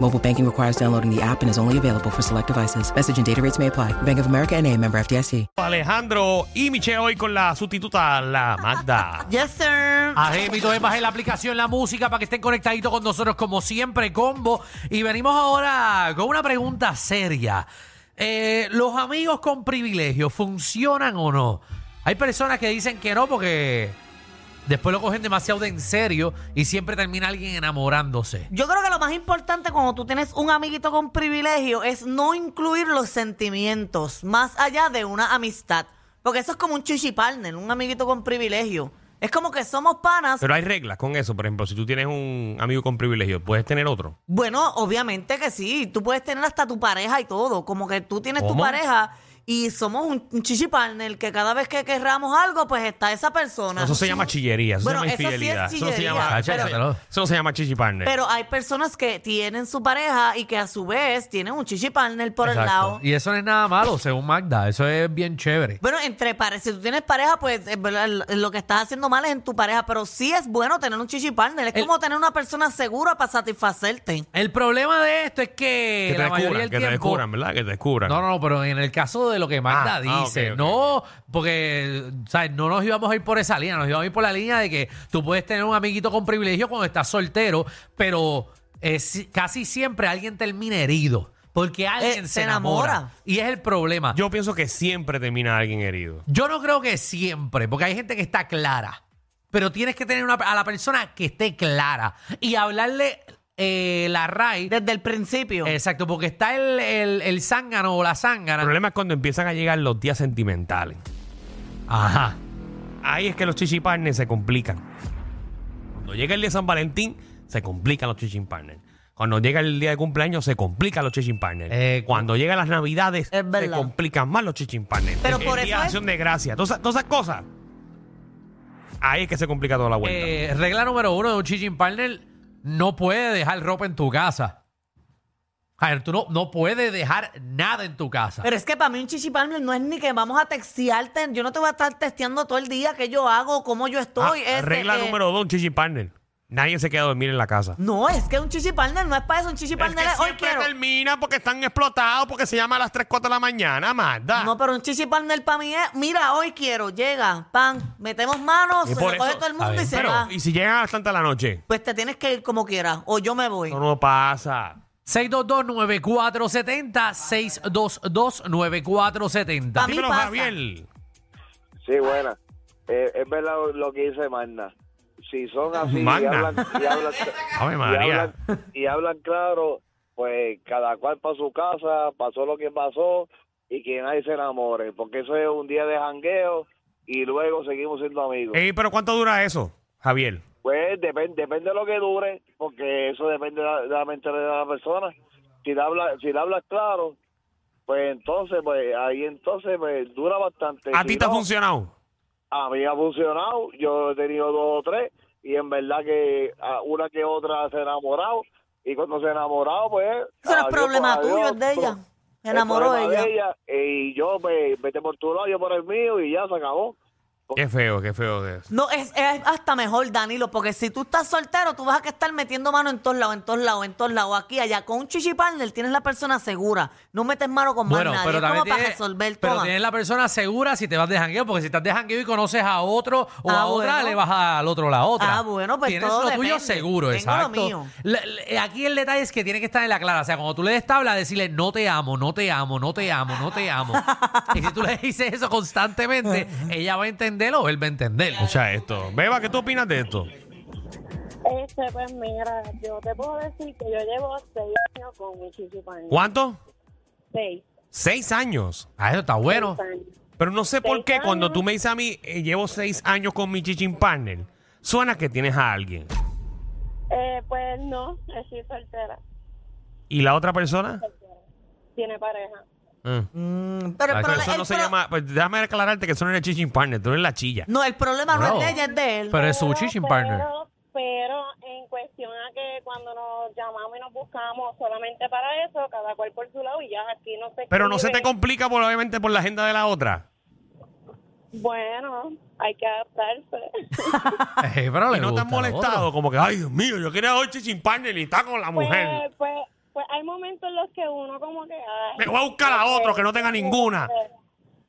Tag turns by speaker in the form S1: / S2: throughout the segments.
S1: Mobile banking requires downloading the app and is only available for select devices. Message and data rates may apply. Bank of America and a member FDIC.
S2: Alejandro y Michelle hoy con la sustituta, la Magda.
S3: Yes, sir.
S4: Ajemito, es bajen la aplicación, la música, para que estén conectaditos con nosotros como siempre, combo. Y venimos ahora con una pregunta seria. Eh, ¿Los amigos con privilegio funcionan o no? Hay personas que dicen que no porque después lo cogen demasiado de en serio y siempre termina alguien enamorándose.
S3: Yo creo que lo más importante cuando tú tienes un amiguito con privilegio es no incluir los sentimientos más allá de una amistad. Porque eso es como un chichi partner, un amiguito con privilegio. Es como que somos panas.
S2: Pero hay reglas con eso. Por ejemplo, si tú tienes un amigo con privilegio, puedes tener otro.
S3: Bueno, obviamente que sí. Tú puedes tener hasta tu pareja y todo. Como que tú tienes tu
S2: ¿Cómo?
S3: pareja y somos un, un chichi partner que cada vez que querramos algo, pues está esa persona.
S4: Ah,
S2: Eso se llama chillería. Eso
S3: Bueno, eso
S2: se llama
S3: sí es
S2: infidelidad. no se
S3: chillería,
S2: llama,
S4: pero-
S2: eso- eso no se llama chichi partner.
S3: Pero hay personas que tienen su pareja y que a su vez tienen un chichi partner por el
S4: Exacto.
S3: lado.
S4: Y eso no es nada malo, según Magda. Eso es bien chévere.
S3: Bueno, entre parejas, si tú tienes pareja, pues es verdad, l- lo que estás haciendo mal es en tu pareja, pero sí es bueno tener un chichi partner. Es
S4: El-
S3: como tener una persona segura para satisfacerte.
S4: El problema de esto es que,
S2: que te
S4: la mayoría
S2: descubran,
S4: del
S2: que te
S4: tiempo...
S2: descubran, ¿verdad? Que te descubran.
S4: No, no, no, pero en el caso de lo que Magda
S2: Ah,
S4: dice,
S2: ah, ok, ok.
S4: no, porque ¿sabes? no nos íbamos a ir por esa línea, nos íbamos a ir por la línea de que tú puedes tener un amiguito con privilegio cuando estás soltero, pero es, casi siempre alguien termina herido, porque alguien
S3: Eh,
S4: se
S3: se enamora.
S4: enamora. Y es el problema. Yo,
S2: Yo pienso que siempre termina alguien herido.
S4: no creo que siempre, porque hay gente que está clara, pero tienes que tener una- a la persona que esté clara y hablarle eh, la raíz.
S3: Desde el principio.
S4: Exacto, porque está el, el, el zángano o la
S2: El
S4: zángana.
S2: problema es cuando empiezan a llegar los días sentimentales.
S4: Ajá.
S2: Ahí es que los chichi partners se complican. Cuando llega el día de San Valentín, se complican los chichi partners. Cuando llega el día de cumpleaños, se complican los chichi partners.
S4: Eh,
S2: Cuando llegan las navidades,
S3: Es
S2: se
S3: verdad.
S2: complican más los chichi partners.
S3: Pero
S2: el
S3: por
S2: día
S3: eso
S2: de
S3: es-
S2: acción de gracia. Todas, esas- todas esas cosas. Ahí es que se complica toda la vuelta.
S4: Eh, regla número uno de un chiching partner, no puede dejar ropa en tu casa. A ver, tú no, no puedes dejar nada en tu casa.
S3: Pero es que para mí un chichi partner no es ni que vamos a textearte. Yo no te voy a estar testeando todo el día qué yo hago, cómo yo
S2: Ah,
S3: estoy. este, eh, es de
S2: regla
S3: que-
S2: número dos, un chichi partner. Nadie se queda a dormir en la casa.
S3: No, es que un chichi partner no es para eso. Un chichi partner es, hoy quiero.
S2: termina porque están explotados, porque se llama a las 3, 4 de la mañana, Marta.
S3: No, pero un chichi partner para mí es, mira, hoy quiero, llega, pan, metemos manos,
S2: Y
S3: se
S2: por
S3: lo coge
S2: eso-
S3: todo el
S4: está
S3: mundo y
S4: bien,
S3: se
S2: Pero,
S3: va.
S2: ¿y si llegan a las tantas de la noche?
S3: Pues te tienes que ir como quieras, o yo me voy.
S2: Eso no pasa.
S4: 622-9470, 622-9470.
S3: Pa' mí
S2: Dímelo,
S3: pasa.
S2: Javier.
S5: Sí, buena. Eh, es verdad lo que dice Magna. Si son así y
S2: Magna.
S5: hablan, y, hablan,
S2: Ave
S5: y
S2: María.
S5: hablan- y hablan claro, pues cada cual para su casa, pasó lo que pasó y que nadie se enamore, porque eso es un día de jangueo y luego seguimos siendo amigos.
S2: Ey, pero ¿cuánto dura eso, Javier?
S5: Pues depende, depende de lo que dure, porque eso depende de la, de la mentalidad de la persona. Si le hablas si le hablas claro, pues entonces, pues ahí entonces pues, dura bastante.
S2: ¿A
S5: Si
S2: ti te ha
S5: no,
S2: funcionado?
S5: a mí ha funcionado, yo he tenido dos o tres y en verdad que a una que otra se ha enamorado y cuando se ha enamorado pues...
S3: Eso no es
S5: adiós, pues,
S3: problema
S5: adiós,
S3: tuyo, es de
S5: pro-
S3: ella. Se
S5: es
S3: enamoró
S5: problema
S3: ella.
S5: de eh, Y yo me vete por tu lado, yo por el mío y ya se acabó.
S2: Qué feo, qué feo de eso.
S3: No, es, es hasta mejor, Danilo, porque si tú estás soltero, tú vas a que estar metiendo mano en todos lados, en todos lados, en todos lados, aquí, allá. Con un chichi partner tienes la persona segura. No metes mano con más
S4: Bueno,
S3: nadie.
S4: pero
S3: es como
S4: también
S3: para
S4: tienes,
S3: resolver,
S4: pero
S3: toma.
S4: tienes la persona segura si te vas de jangueo, porque si estás de jangueo y conoces a otro o
S3: Ah,
S4: a otra,
S3: bueno.
S4: le vas al otro o la otra.
S3: Ah, bueno, pues
S4: Tienes
S3: todo
S4: lo tuyo
S3: depende.
S4: seguro,
S3: Tengo lo
S4: exacto.
S3: mío.
S4: La- la- aquí el detalle es que tiene que estar en la clara. O sea, cuando tú le des tabla, decirle no te amo, no te amo, no te amo, no te amo. y si tú le dices eso constantemente, ella va a entenderlo o él va a entender.
S2: Escucha esto. Beba, ¿qué tú opinas de esto?
S6: Este, pues mira, yo te puedo decir que yo llevo seis años con mi chichipaña.
S2: ¿Cuánto?
S6: Seis.
S2: Seis años.
S4: Ah, eso está
S2: Oh.
S4: bueno.
S6: seis años.
S2: Pero no sé por
S6: Seis
S2: qué cuando
S6: años.
S2: tú me dices a mí, eh, llevo seis años con mi chichín partner, suena que tienes a alguien.
S6: Eh, pues no, estoy soltera.
S2: ¿Y la otra persona?
S6: Tiene pareja.
S2: Ah.
S3: Mm, pero el
S2: Ah,
S3: prole-
S2: eso
S3: el
S2: no se
S3: pro-
S2: llama. pues déjame aclararte que eso no es el chichín partner, tú eres la chilla.
S3: No, el problema no,
S4: No.
S3: es de ella, es de él.
S4: Pero es su chichín partner.
S6: Pero, pero en cuestión a que cuando nos llamamos y nos buscamos solamente para eso, cada cual por su lado y ya aquí no se
S2: Pero no se te
S6: escribe.
S2: complica por, obviamente por la agenda de la otra.
S6: Bueno, hay que adaptarse.
S4: Eh, pero le
S2: Y no te
S4: gusta
S2: han
S4: a la otra.
S2: molestado, como que, ay Dios mío, yo quería hoy chichín partner y está con la mujer.
S6: Pues, pues, pues hay momentos en los que uno como que... Ay,
S2: Me voy a buscar a otro que no tenga ninguna.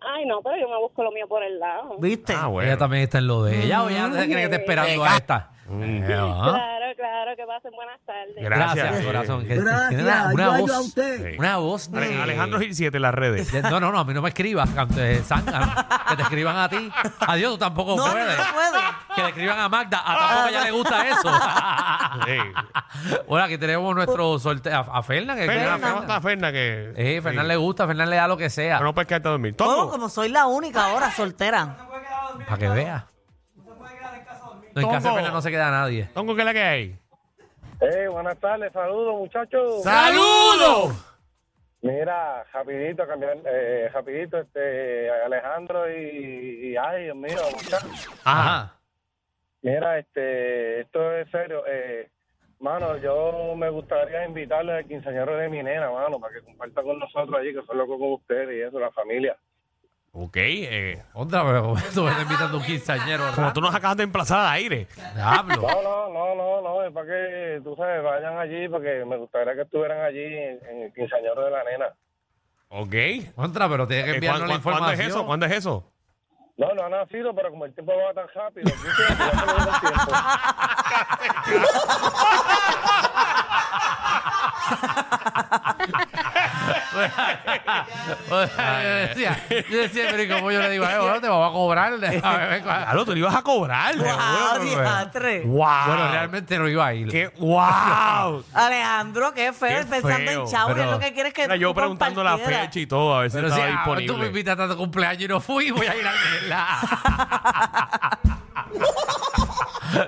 S6: Ay, no, pero yo me busco lo mío por el lado.
S3: ¿Viste?
S2: Ah,
S4: Ella
S2: bueno.
S4: también está en lo de ella. O
S3: Mm.
S4: ella se cree que está esperando a esta.
S2: Mm.
S4: Eh, ah.
S6: Claro, claro, que pasen buenas tardes.
S2: Gracias.
S4: Gracias, corazón. Que- tiene una,
S7: Gracias,
S4: una
S7: yo ayudo a
S4: voz.
S7: usted.
S2: Sí.
S4: Una voz de-
S2: Ale- Alejandro Gil 7 en las redes.
S4: de- No, no, no, a mí no me escribas, cante- zángano. que te escriban a ti. Adiós, tú tampoco
S3: No, no
S4: puedes.
S3: se puede.
S4: Que le escriban a Magda, a tampoco ella le gusta eso.
S2: Sí.
S4: Hola, aquí tenemos nuestro sorteo. A, a Fernan, que
S2: Fernan,
S4: quiere a
S2: ¿cómo está Fernan? Que...
S4: Eh, Fernan
S2: Sí.
S4: le gusta, Fernan le da lo que sea.
S2: Pero no puedes quedarte a dormir.
S3: Oh,
S2: Tongo,
S3: como soy la única ahora soltera.
S4: Para que vea. No, en casa de
S2: Tongo.
S4: Fernan no se queda nadie.
S2: Tongo, ¿qué es la que hay?
S5: Eh, buenas tardes, saludos muchachos.
S2: ¡Saludos!
S5: Mira, rapidito, cambiar, eh, rapidito, este, Alejandro y, y- ay, Dios mío, muchachos.
S4: Ajá.
S5: Mira, este, esto es serio. Eh, mano, yo me gustaría invitarle al quinceañero de mi nena, mano, para que comparta con nosotros allí, que son locos con ustedes y eso, la familia.
S2: Ok, eh,
S4: Otra vez, tú me estás invitando a un quinceañero.
S2: como tú nos acabas de emplazar al aire.
S4: Diablo.
S5: No, no, no, no, no, es para que, tú sabes, vayan allí, porque me gustaría que estuvieran allí en, en el quinceañero de la nena.
S2: Ok.
S4: Contra, pero tiene que
S2: Eh,
S4: enviarnos la
S2: ¿cuán- cuán-
S4: información.
S2: ¿Cuándo es eso? ¿Cuándo es eso?
S5: No, no ha nacido, pero como el tiempo va tan rápido, ¿sí? que ya se me va el tiempo.
S4: O sea, yo decía,
S2: eh.
S4: yo decía, pero ¿y cómo yo le digo? Eh, bueno, te vamos a cobrar. déjame ver cuál-
S2: Claro, tú le ibas a cobrar.
S3: Ah,
S2: seguro, pero-
S3: diatre.
S2: ¡Wow!
S4: Bueno, realmente no iba a ir.
S2: Ah. ¡Qué wow!
S3: Alejandro, qué feo,
S2: Qué
S3: pensando
S2: feo,
S3: en Chavo,
S4: pero-
S3: es lo que quieres que
S2: Era yo
S3: tú
S2: preguntando la
S3: compartieras.
S2: fecha y todo, a ver si
S4: Pero si
S2: estaba
S4: ah, tú me
S2: disponible.
S4: invitas a tu cumpleaños y no fui, voy a ir a mierda.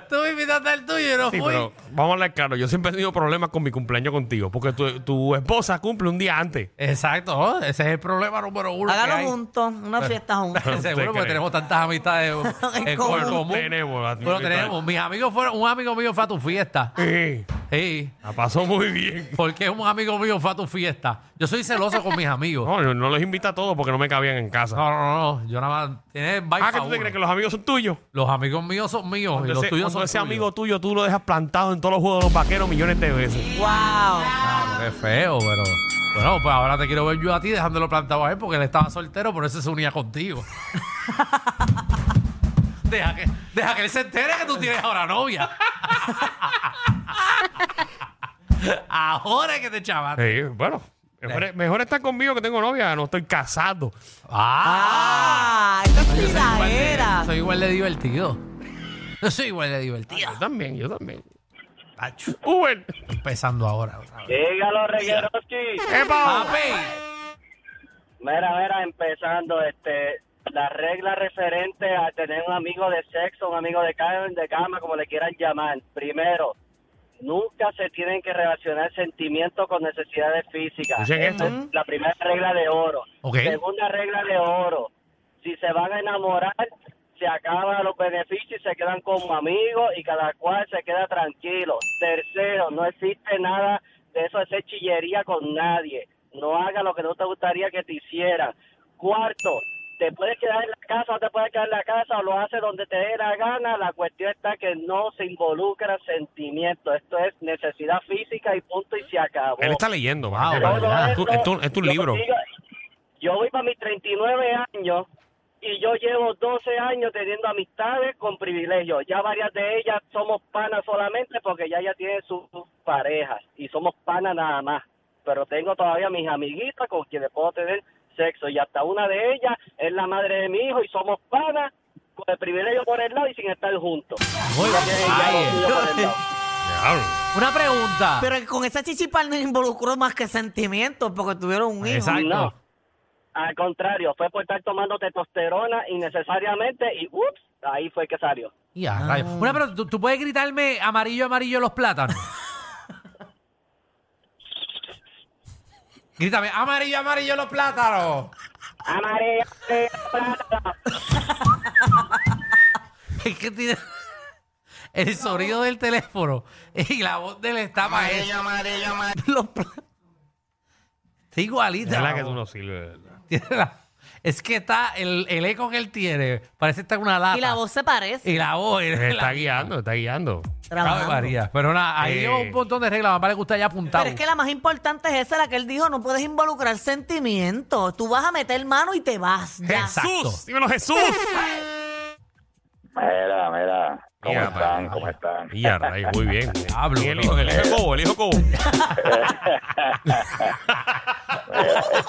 S4: tú me invitaste al tuyo y no
S2: Sí,
S4: fui.
S2: pero vamos a hablar claro. Yo siempre he tenido problemas con mi cumpleaños contigo, porque tu, tu esposa cumple un día antes.
S4: Exacto, ¿no? ese es el problema número uno. que hay.
S3: Hágalo juntos, una fiesta juntos.
S4: Seguro porque
S2: cree.
S4: tenemos tantas amistades en,
S3: En
S4: común.
S3: común.
S2: Tenemos, la-
S4: Bueno, tenemos. Mis amigos fueron, un amigo mío fue a tu fiesta.
S2: Sí,
S4: Sí.
S2: la pasó muy bien.
S4: Porque un amigo mío fue a tu fiesta. Yo soy celoso con mis amigos.
S2: No, yo no los invita a todos porque no me cabían en casa.
S4: No, no, no. Yo nada más. Tienes bye
S2: ah,
S4: pa'
S2: que tú te
S4: uno.
S2: crees que los amigos son tuyos.
S4: Los amigos míos son míos y
S2: Cuando
S4: los
S2: ese,
S4: tuyos
S2: cuando
S4: son
S2: ese
S4: tuyos.
S2: amigo tuyo tú lo dejas plantado en todos los juegos de los vaqueros millones de veces.
S3: wow.
S4: Ah, qué feo, pero. Bueno, pues ahora te quiero ver yo a ti dejándolo plantado a él porque él estaba soltero, por eso se unía contigo. deja, que, deja que él se entere que tú tienes ahora novia. ahora es que te chavaste.
S2: Sí, bueno, mejor, mejor estar conmigo que tengo novia, no estoy casado.
S4: Ah,
S3: Ah, esto es
S4: igual de-
S3: tiradera.
S4: soy igual de divertido. Yo soy igual de divertido.
S2: Yo también, yo también. Uber.
S4: Empezando ahora. otra vez.
S5: Dígalo, Regueroski.
S4: Ah.
S2: ¡Epa!
S4: Papi,
S5: Mira, mira, empezando, este, la regla referente a tener un amigo de sexo, un amigo de cama, de cama, como le quieran llamar. Primero, nunca se tienen que relacionar sentimientos con necesidades físicas.
S2: Escuchen
S5: Esa
S2: esto.
S5: es La primera regla de oro.
S4: Ok.
S5: Segunda regla de oro. Si se van a enamorar, se acaban los beneficios y se quedan como amigos y cada cual se queda tranquilo. Tercero, no existe nada de eso de hacer chillería con nadie. No haga lo que no te gustaría que te hicieran. Cuarto, te puedes quedar en la casa o te puedes quedar en la casa o lo haces donde te dé la gana. La cuestión está que no se involucra sentimiento. Esto es necesidad física y punto y se acabó.
S2: Él está leyendo,
S4: Wow,
S2: wow,
S4: vaya.
S2: es, tu, es tu- es tu
S5: Yo
S2: libro.
S5: digo, Yo voy para mis 39 años y yo llevo 12 años teniendo amistades con privilegios. Ya varias de ellas somos panas solamente porque ya ya tienen sus parejas y somos panas nada más. Pero tengo todavía mis amiguitas con quienes puedo tener sexo y hasta una de ellas es la madre de mi hijo y somos panas con el privilegio por el lado y sin estar juntos.
S4: muy
S5: Ya tienen ya
S4: bien.
S5: los niños por el lado.
S2: Diablo.
S4: Una pregunta.
S3: Pero con esa chichipal no involucró más que sentimientos porque tuvieron un hijo.
S2: Exacto.
S5: No. Al contrario, fue por estar tomando testosterona innecesariamente y ups, ahí fue que salió.
S4: Ya,
S2: Ah.
S4: rayos. Una pregunta. ¿Tú, tú puedes gritarme amarillo, amarillo los plátanos? Grítame, amarillo, amarillo los plátanos.
S5: Amarillo, amarillo, plátano.
S4: Es que tiene el sonido del teléfono y la voz del está para eso. Los pla- Está
S2: Es
S4: igualita.
S2: verdad que
S4: la
S2: tú
S4: voz.
S2: no sirves, de verdad.
S4: Tiene la- Es que está el, el eco que él tiene. Parece estar una lata.
S3: Y la voz se parece.
S4: Y la voz. él
S2: Te
S4: es
S2: Está
S4: la-
S2: guiando, está guiando.
S4: Ave
S3: trabajando.
S4: María. Pero nada, ahí
S2: Eh.
S4: lleva un montón de reglas. Mamá le gusta ya apuntar.
S3: Pero es que la más importante es esa, la que él dijo, no puedes involucrar sentimientos. Tú vas a meter mano y te vas. Ya.
S4: Exacto.
S2: ¡Jesús! ¡Dímelo, Jesús!
S7: Mira, mira, ¿cómo
S2: Mira,
S7: están?
S2: pa-
S7: ¿Cómo están?
S2: Ya, rayo, muy bien.
S4: Diablo,
S2: Y el
S4: bro.
S2: hijo, el hijo de Cobo, el hijo de Cobo.
S7: Mira, es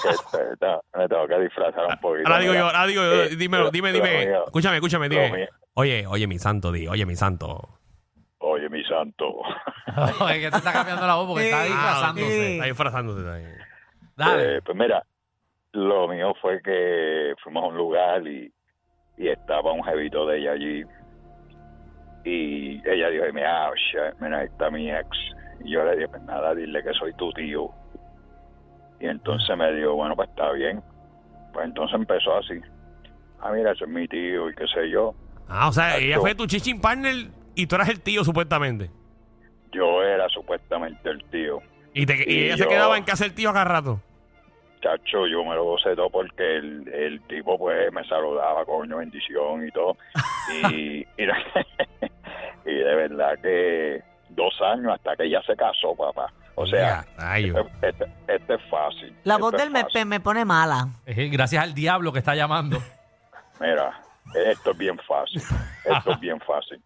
S7: que, eh, no, me tengo que disfrazar un poquito.
S2: Ahora digo
S7: mira.
S2: yo, ahora digo yo,
S7: Eh,
S2: dímelo, dime,
S7: lo- lo
S2: dime.
S7: mío.
S2: Escúchame, escúchame,
S7: Lo
S2: dime.
S7: mío.
S2: Oye, oye, mi santo, di, oye, mi santo.
S7: Oye, mi santo.
S4: Oye, que te está cambiando la voz porque está
S3: Sí.
S2: Ah,
S4: disfrazándose.
S3: sí.
S2: Está disfrazándose también.
S4: Dale.
S7: Eh, pues mira, lo mío fue que fuimos a un lugar y, y estaba un jevito de ella allí. Y ella dijo, mira, oh, shit, mira, ahí está mi ex. Y yo le dije, pues nada, dile que soy tu tío. Y entonces me dijo, bueno, pues está bien. Pues entonces empezó así. Ah, mira, ese es mi tío y qué sé yo.
S2: Ah, o sea,
S7: Exacto.
S2: ella fue tu chichin partner y tú eras el tío, supuestamente.
S7: Yo era supuestamente el tío.
S2: Y, te- y
S7: Y
S2: ella se
S7: yo-
S2: quedaba en casa del tío a cada rato.
S7: Chacho, yo me lo gocé todo porque el, el tipo pues me saludaba, coño, bendición y todo. Y, y, la- y de verdad que dos años hasta que ella se casó, papá. O sea,
S2: Ya, rayo.
S7: este, este- este es fácil.
S3: La
S7: este
S3: voz
S7: es
S3: del
S7: fácil.
S3: Mepe me pone mala.
S4: Eh, Gracias al diablo que está llamando.
S7: Mira, eh, esto es bien fácil. Esto es bien fácil.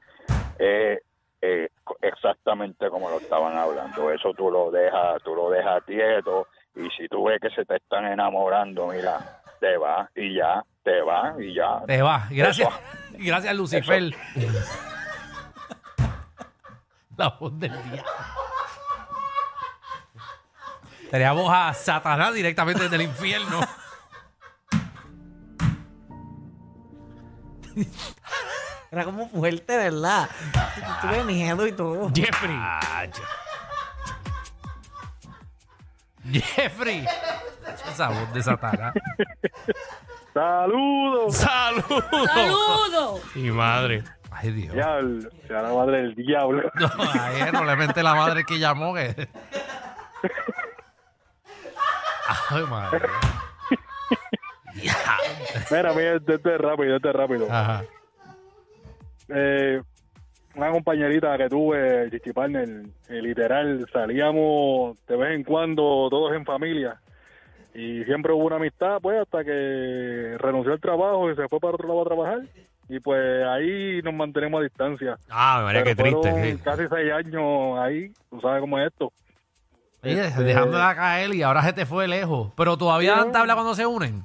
S7: Eh, eh, co- exactamente como lo estaban hablando. Eso tú lo dejas, tú lo dejas quieto. Y si tú ves que se te están enamorando, mira, te vas y ya, te vas y ya.
S4: Te va. Gracias.
S7: Eso.
S4: Gracias, Lucifer. La voz del diablo. Teníamos a Satanás directamente desde el infierno.
S3: Era como fuerte, ¿verdad? Tuve miedo y todo.
S2: Jeffrey.
S4: Jeffrey. Esa voz de Satanás.
S8: ¡Saludos!
S2: ¡Saludos!
S9: ¡Saludos!
S2: Mi madre.
S4: Ay, Dios.
S8: Diablo, sea la madre del diablo.
S4: No, ayer probablemente la madre que llamó. Que... Ay, madre. Ya.
S8: Mira, mira, esto esto es rápido, esto es rápido.
S4: Ajá.
S8: Eh, una compañerita que tuve, Chichi Partner, eh, literal, salíamos de vez en cuando todos en familia. Y siempre hubo una amistad, pues, hasta que renunció al trabajo y se fue para otro lado a trabajar. Y pues ahí nos mantenemos a distancia.
S2: Ah, María, qué
S8: Pero
S2: triste.
S8: fueron
S2: sí.
S8: Casi seis años ahí, tú sabes cómo es esto.
S4: Oye,
S8: Este-
S4: dejándola caer y ahora se te fue lejos. Pero todavía dan tabla cuando se unen.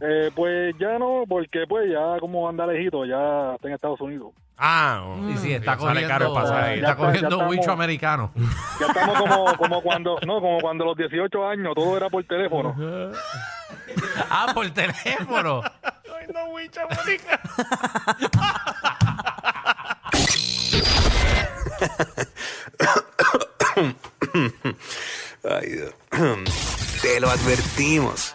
S8: Eh, pues ya no, porque pues ya como anda lejito, ya está en Estados Unidos.
S2: Ah, no.
S4: Y sí, está
S2: Sale caro el
S4: cogiendo,
S2: pasaje.
S4: está
S8: Ya está- ya
S4: cogiendo
S8: estamos.
S4: bicho americano.
S8: Ya estamos como, como cuando, no, como cuando a los 18 años todo era por teléfono.
S4: Ah, por teléfono.
S10: Ay, Dios. Te lo advertimos.